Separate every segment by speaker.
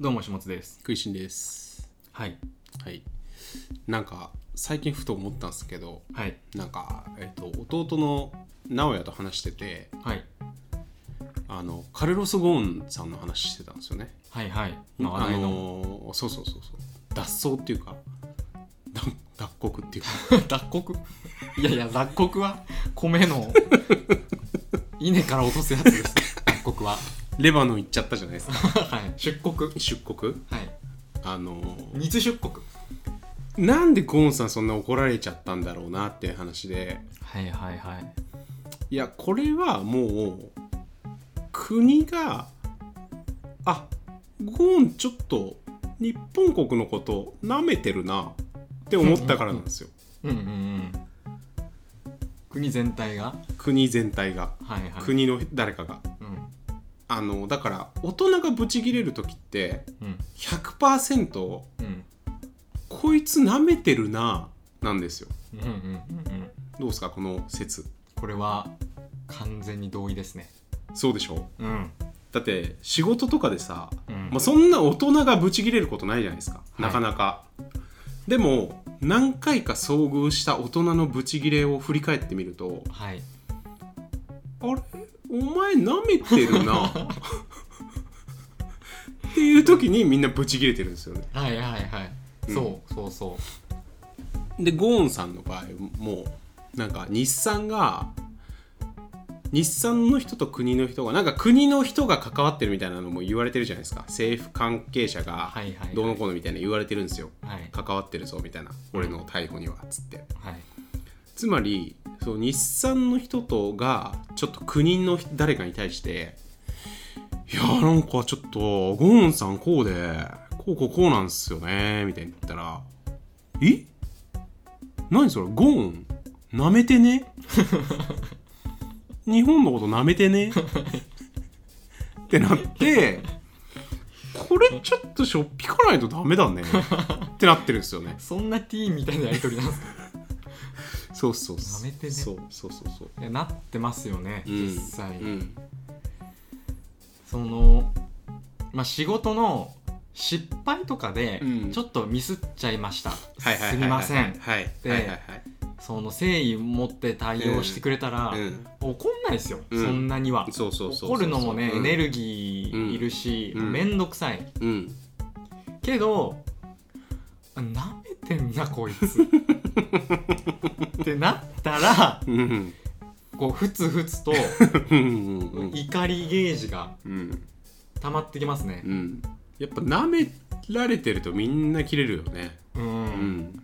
Speaker 1: どうもしもつです
Speaker 2: 食いしんです
Speaker 1: はい
Speaker 2: はいなんか最近ふと思ったんですけど
Speaker 1: はい
Speaker 2: なんか、えっと弟の直哉と話してて
Speaker 1: はい
Speaker 2: あのカルロス・ゴーンさんの話してたんですよね
Speaker 1: はいはいまあ話題
Speaker 2: あ
Speaker 1: の
Speaker 2: のーそうそうそうそう脱走っていうかだ脱穀っていうか
Speaker 1: 脱穀いやいや脱穀は米の 稲から落とすやつです脱穀は
Speaker 2: レバノン行っちゃったじゃないですか
Speaker 1: はい出国
Speaker 2: 出国
Speaker 1: はい
Speaker 2: あのー
Speaker 1: 日出国
Speaker 2: なんでゴーンさんそんな怒られちゃったんだろうなっていう話で
Speaker 1: はいはいはい
Speaker 2: いやこれはもう国があゴーンちょっと日本国のこと舐めてるなって思ったからなんですよ、
Speaker 1: うんうんうん国全体が
Speaker 2: 国全体が
Speaker 1: はいはい、
Speaker 2: 国の誰かが
Speaker 1: うん
Speaker 2: あのだから大人がブチギレる時って
Speaker 1: うん
Speaker 2: 100%
Speaker 1: うん
Speaker 2: こいつ舐めてるななんですよ
Speaker 1: うんうんうんうん
Speaker 2: どうですかこの説
Speaker 1: これは完全に同意ですね
Speaker 2: そうでしょう
Speaker 1: うん
Speaker 2: だって仕事とかでさ
Speaker 1: うん
Speaker 2: まあ、そんな大人がブチギレることないじゃないですか、
Speaker 1: い
Speaker 2: なかなかでも何回か遭遇した大人のブチギレを振り返ってみると
Speaker 1: はい
Speaker 2: あれお前舐めてるなっていう時にみんなブチギレてるんですよね
Speaker 1: はいはいはい、
Speaker 2: うん
Speaker 1: そうそうそう
Speaker 2: でゴーンさんの場合もなんか日産が日産の人と国の人がなんか国の人が関わってるみたいなのも言われてるじゃないですか政府関係者が
Speaker 1: はいはいはい
Speaker 2: どうのこうのみたいな言われてるんですよ、
Speaker 1: はい
Speaker 2: 関わってるぞみたいな俺の逮捕にはつって
Speaker 1: はい
Speaker 2: つまりそう日産の人とがちょっと国の人誰かに対していやーなんかちょっとゴーンさんこうでこうこうこうなんすよねみたいに言ったら「え何それゴーンなめてね 日本のことなめてね? 」ってなってこれちょっとしょっぴかないとダメだねってなってるんですよね。
Speaker 1: そんなティーンみたいなやりとりなんですか
Speaker 2: そうそうそう
Speaker 1: なめてね
Speaker 2: そうそうそうそう
Speaker 1: いやなってますよね、
Speaker 2: うん
Speaker 1: 実際、
Speaker 2: うん
Speaker 1: その、まあ、仕事の失敗とかで、
Speaker 2: うん
Speaker 1: ちょっとミスっちゃいました、
Speaker 2: はいはいはいはい
Speaker 1: すみません
Speaker 2: はい
Speaker 1: で
Speaker 2: はいはい
Speaker 1: その誠意持って対応してくれたら、
Speaker 2: はいうん
Speaker 1: 怒んないですよ、
Speaker 2: うん
Speaker 1: そんなには
Speaker 2: そうそうそうそう
Speaker 1: 怒るのもね、
Speaker 2: うん
Speaker 1: エネルギーいるし、
Speaker 2: うん
Speaker 1: めんどくさい
Speaker 2: うん
Speaker 1: けどあなめてんなこい つってなったら
Speaker 2: うんうん
Speaker 1: こうふつふつと
Speaker 2: うんうん
Speaker 1: 怒りゲージが
Speaker 2: うん
Speaker 1: 溜まってきますね
Speaker 2: うんやっぱ舐められてるとみんな切れるよね
Speaker 1: うん、
Speaker 2: うん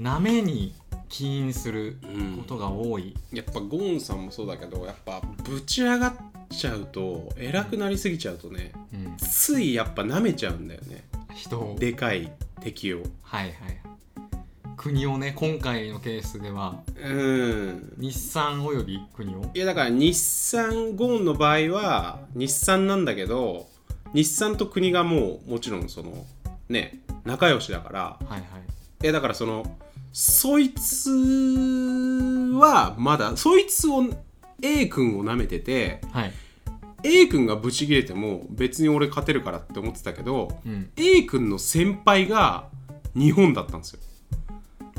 Speaker 1: なめに起因する
Speaker 2: うん
Speaker 1: ことが多い、
Speaker 2: やっぱゴーンさんもそうだけどやっぱぶち上がっちゃうと偉くなりすぎちゃうとね
Speaker 1: うん
Speaker 2: ついやっぱ舐めちゃうんだよね
Speaker 1: 人を
Speaker 2: でかい敵を
Speaker 1: はいはい国をね今回のケースでは
Speaker 2: うん
Speaker 1: 日産および国を
Speaker 2: いやだから日産ゴーンの場合は日産なんだけど日産と国がもうもちろんそのね仲良しだから
Speaker 1: はいはい
Speaker 2: えだからそのそいつはまだそいつを A 君を舐めてて
Speaker 1: はい
Speaker 2: A 君がブチギレても別に俺勝てるからって思ってたけど
Speaker 1: うん
Speaker 2: A 君の先輩が日本だったんですよ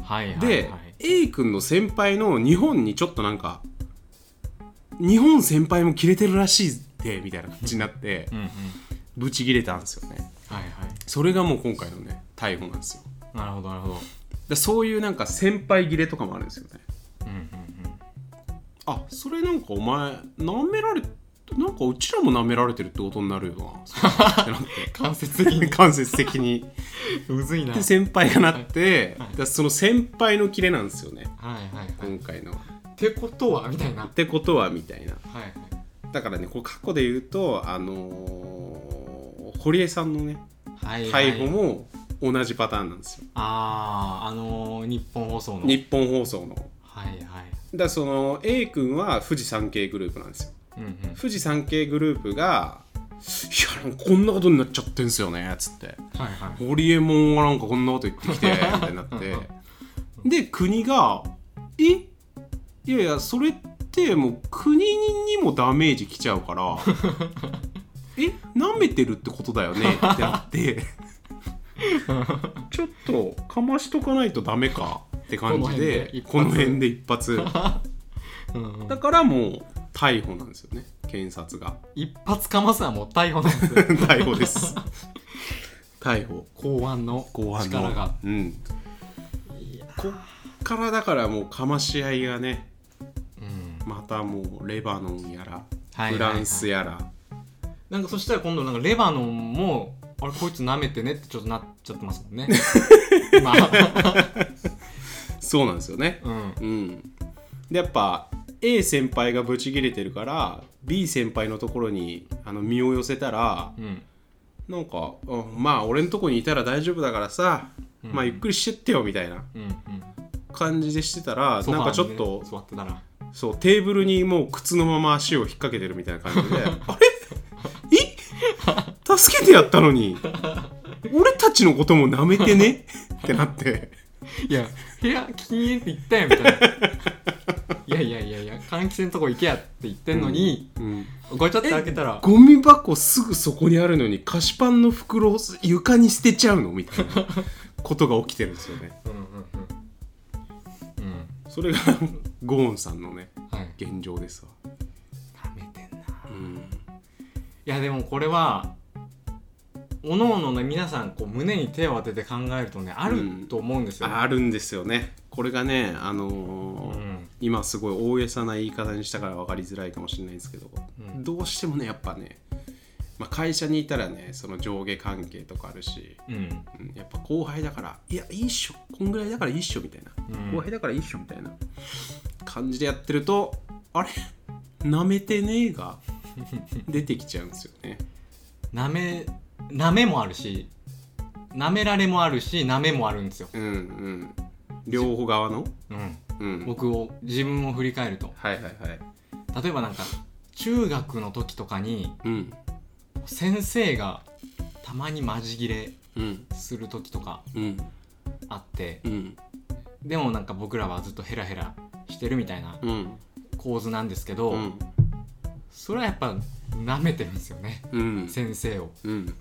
Speaker 1: はいはいはい
Speaker 2: で、A 君の先輩の日本にちょっとなんか日本先輩もキレてるらしいってみたいな感じになって
Speaker 1: うんうん
Speaker 2: ブチギレたんですよね
Speaker 1: はいはい
Speaker 2: それがもう今回のね逮捕なんですよ
Speaker 1: なるほどなるほど
Speaker 2: でそういうなんか先輩切れとかもあるんですよね
Speaker 1: うんうんうん
Speaker 2: あそれなんかお前舐められなんかうちらも舐められてるってことになるよなそれってなっ
Speaker 1: 間接的
Speaker 2: て
Speaker 1: に
Speaker 2: 間接的に
Speaker 1: むずいなは
Speaker 2: で
Speaker 1: い
Speaker 2: 先輩がなって
Speaker 1: はい
Speaker 2: だからその先輩のキレなんですよね
Speaker 1: はいはい、
Speaker 2: 今回のっ
Speaker 1: ってことはみたいなはい
Speaker 2: てことはみたいな
Speaker 1: はい
Speaker 2: だからねこれ過去で言うとあのー堀江さんのね
Speaker 1: はいはい
Speaker 2: 逮捕も同じパターンなんですよ、
Speaker 1: あああのー日本放送の
Speaker 2: 日本放送のだか
Speaker 1: はいはい
Speaker 2: らその A 君は富士山系グループなんですよ
Speaker 1: うんうん
Speaker 2: 富士山系グループが「いやなんかこんなことになっちゃってんすよね」っつって
Speaker 1: はいはい
Speaker 2: 「堀江門がなんかこんなこと言ってきて」みたいになってで国が「えいや いやそれってもう国にもダメージきちゃうからえ舐めてるってことだよねってなって ちょっとかましとかないとダメかって感じでこ
Speaker 1: こ
Speaker 2: の
Speaker 1: の
Speaker 2: 辺
Speaker 1: 辺
Speaker 2: で一発
Speaker 1: うんうん
Speaker 2: だからもう逮捕なんですよね検察が
Speaker 1: 一発かますはもう逮捕なんですよ
Speaker 2: 逮捕です 逮捕
Speaker 1: 公安の
Speaker 2: 後半の
Speaker 1: 力が
Speaker 2: うん
Speaker 1: いや
Speaker 2: こっからだからもうかまし合いがね
Speaker 1: うん
Speaker 2: またもうレバノンやら
Speaker 1: はいはいはい
Speaker 2: フランスやら
Speaker 1: なんかそしたら今度なんかレバノンもあれこいつ舐めてねってちょっとなっちゃってますもん ねまあ
Speaker 2: そうなんですよね
Speaker 1: うん
Speaker 2: うん、でやっぱ A 先輩がブチギレてるから B 先輩のところにあの身を寄せたら
Speaker 1: うん
Speaker 2: なんか、うんまあ俺のとこにいたら大丈夫だからさ、
Speaker 1: うん
Speaker 2: まあゆっくりしてってよみたいな
Speaker 1: うんうん
Speaker 2: 感じでしてたら、
Speaker 1: ソフ
Speaker 2: なん
Speaker 1: ァ
Speaker 2: か
Speaker 1: ー
Speaker 2: ちょっ
Speaker 1: にね
Speaker 2: と
Speaker 1: 座ってたら
Speaker 2: そうテーブルにもう靴のまま足を引っ掛けてるみたいな 感じであれえ助けてやったのに俺たちのことも舐めてねってなって
Speaker 1: いや部屋禁煙って言ったよ みたいないやいやいやいや換気扇のとこ行けやって言ってんのに、
Speaker 2: うん
Speaker 1: ごちゃって開けたら
Speaker 2: ゴミ箱すぐそこにあるのに菓子パンの袋を床に捨てちゃうのみたいなことが起きてるんですよね
Speaker 1: うんうんうんう
Speaker 2: それがゴーンさんのね
Speaker 1: んはい
Speaker 2: 現状ですわ、
Speaker 1: なめてんな
Speaker 2: うん、
Speaker 1: いやでもこれはおのおのね皆さんこう胸に手を当てて考えるとねあると思うんですよ、
Speaker 2: あるんですよねこれがねあのー
Speaker 1: うん
Speaker 2: 今すごい大げさな言い方にしたから分かりづらいかもしれないですけど、
Speaker 1: うん
Speaker 2: どうしてもねやっぱね、まあ、会社にいたらねその上下関係とかあるし、
Speaker 1: うん
Speaker 2: うんやっぱ後輩だからいやいいっしょこんぐらいだからいいっしょみたいな
Speaker 1: うん
Speaker 2: 後輩だからいいっしょみたいな感じでやってるとあれなめてねえが出てきちゃうんですよね
Speaker 1: なめなめもあるしなめられもあるしなめもあるんですよ、
Speaker 2: うんうん両方側の
Speaker 1: うん、
Speaker 2: うん
Speaker 1: 僕を自分を振り返ると
Speaker 2: はいはいはい
Speaker 1: 例えばなんか中学の時とかに
Speaker 2: うん
Speaker 1: 先生がたまにマジギレ
Speaker 2: うん
Speaker 1: する時とか
Speaker 2: うん
Speaker 1: あって
Speaker 2: うん
Speaker 1: でもなんか僕らはずっとヘラヘラしてるみたいな
Speaker 2: うん
Speaker 1: 構図なんですけど、
Speaker 2: うん
Speaker 1: それはやっぱ舐めてるんですよね
Speaker 2: うん
Speaker 1: 先生を
Speaker 2: うん
Speaker 1: だか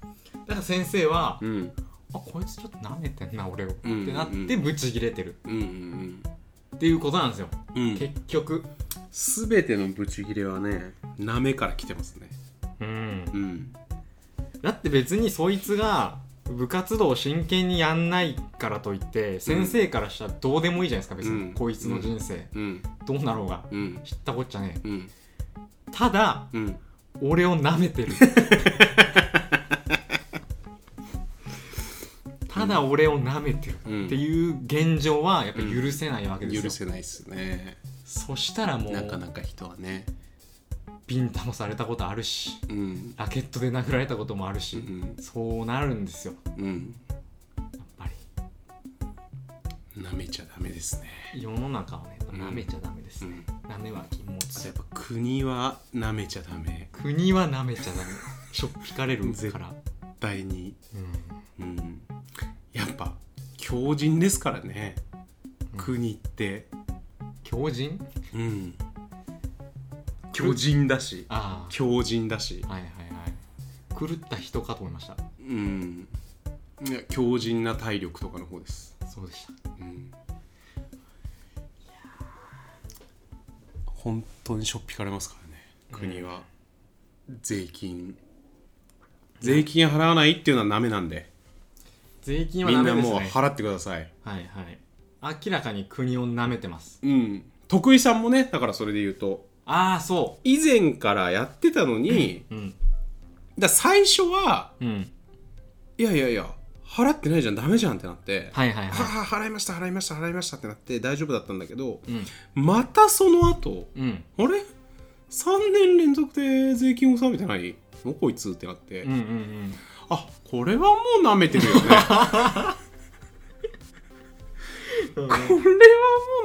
Speaker 1: ら先生は、
Speaker 2: うんうん
Speaker 1: あこいつちょっと舐めてんな俺を、
Speaker 2: うん
Speaker 1: ってなってブチギレてる
Speaker 2: うん
Speaker 1: っていうことなんですよ、
Speaker 2: うん
Speaker 1: 結局
Speaker 2: 全てのブチギレはねなめから来てますね
Speaker 1: うん
Speaker 2: うん
Speaker 1: だって別にそいつが部活動を真剣にやんないからといって先生からしたらどうでもいいじゃないですか別に、
Speaker 2: うん
Speaker 1: こいつの人生、
Speaker 2: うん
Speaker 1: どうなろうが
Speaker 2: うん
Speaker 1: 知ったこっちゃねえ
Speaker 2: うん
Speaker 1: ただ
Speaker 2: うん
Speaker 1: 俺を舐め てるただ俺を舐めてる
Speaker 2: うん
Speaker 1: っていう現状はやっぱ許せないわけですよ、
Speaker 2: 許せないっすね
Speaker 1: そしたらもう
Speaker 2: なかなか人はね
Speaker 1: ビンタもされたことあるし
Speaker 2: うん
Speaker 1: ラケットで殴られたこともある
Speaker 2: う
Speaker 1: し、
Speaker 2: ん
Speaker 1: そうなるんですよ
Speaker 2: うん
Speaker 1: やっぱり
Speaker 2: なめちゃダメですね、
Speaker 1: 世の中をね
Speaker 2: ん
Speaker 1: 舐めちゃダメです
Speaker 2: う
Speaker 1: ね
Speaker 2: ん、
Speaker 1: 舐めは禁物
Speaker 2: やっぱ国はなめちゃダメ
Speaker 1: 国は舐めちゃダメしょっぴかれる
Speaker 2: 絶
Speaker 1: から、
Speaker 2: 第二
Speaker 1: うん
Speaker 2: うんやっぱ強靭ですからね
Speaker 1: うん
Speaker 2: 国って
Speaker 1: 強靭
Speaker 2: うん巨人だし
Speaker 1: あ
Speaker 2: 強靭だし
Speaker 1: あはいはいはい狂った人かと思いました
Speaker 2: うんいや強靭な体力とかの方です、
Speaker 1: そうでした
Speaker 2: うん、本当にしょっぴかれますからね国は、税金税金払わないっていうのはダメなんで
Speaker 1: 税金は
Speaker 2: み
Speaker 1: ダ
Speaker 2: ん
Speaker 1: メ
Speaker 2: な
Speaker 1: です
Speaker 2: もう
Speaker 1: ね
Speaker 2: 払ってください
Speaker 1: はいはい明らかに国を舐めてます
Speaker 2: うん徳井さんもねだからそれで言うと
Speaker 1: ああそ
Speaker 2: 以前からやってたのに、
Speaker 1: ううん
Speaker 2: だから最初は
Speaker 1: うん
Speaker 2: いやいやいや払ってないじゃんダメじゃんってなって、
Speaker 1: はいはい
Speaker 2: は
Speaker 1: は
Speaker 2: は払いました払いました払いましたってなって大丈夫だったんだけど、
Speaker 1: いうん
Speaker 2: またその後
Speaker 1: うん
Speaker 2: あれ3年連続で税金納めてないのこいつってなって、
Speaker 1: うんうんう ん
Speaker 2: あこれはもう舐めてる よね
Speaker 1: うん
Speaker 2: これはも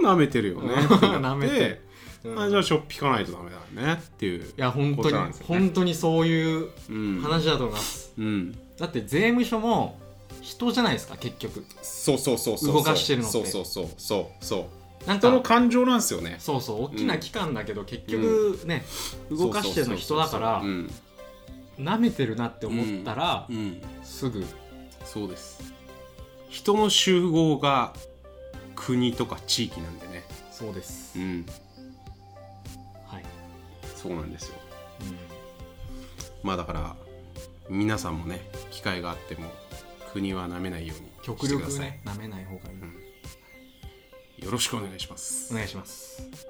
Speaker 2: う舐めてるよねって
Speaker 1: 舐
Speaker 2: なっ
Speaker 1: めて
Speaker 2: て
Speaker 1: る、うん
Speaker 2: あじゃあしょっぴかないとダメだねっていうい
Speaker 1: いや本当に、本当にそういう話だと思います、
Speaker 2: うん
Speaker 1: だって税務署も人じゃないですか結局
Speaker 2: そうそうそうそう
Speaker 1: 動かしてるのって
Speaker 2: そうそうそうそうそう
Speaker 1: なん
Speaker 2: 人の
Speaker 1: か
Speaker 2: 感情なんですよね
Speaker 1: そうそう大きな機関だけど、結局ね、動かしてるの人だから
Speaker 2: そうそうそうそううん
Speaker 1: 舐めてるなって思ったら、
Speaker 2: うん
Speaker 1: すぐ
Speaker 2: そうです人の集合が国とか地域なんでね
Speaker 1: そうです、
Speaker 2: うん
Speaker 1: はい、
Speaker 2: そうなんですよ
Speaker 1: う
Speaker 2: まあだから皆さんもね機会があっても国は舐めないように
Speaker 1: ん、
Speaker 2: して
Speaker 1: 極
Speaker 2: くだ
Speaker 1: 力
Speaker 2: さい、
Speaker 1: ね舐めない方がいい、
Speaker 2: うんよろしくお願いします
Speaker 1: お願いします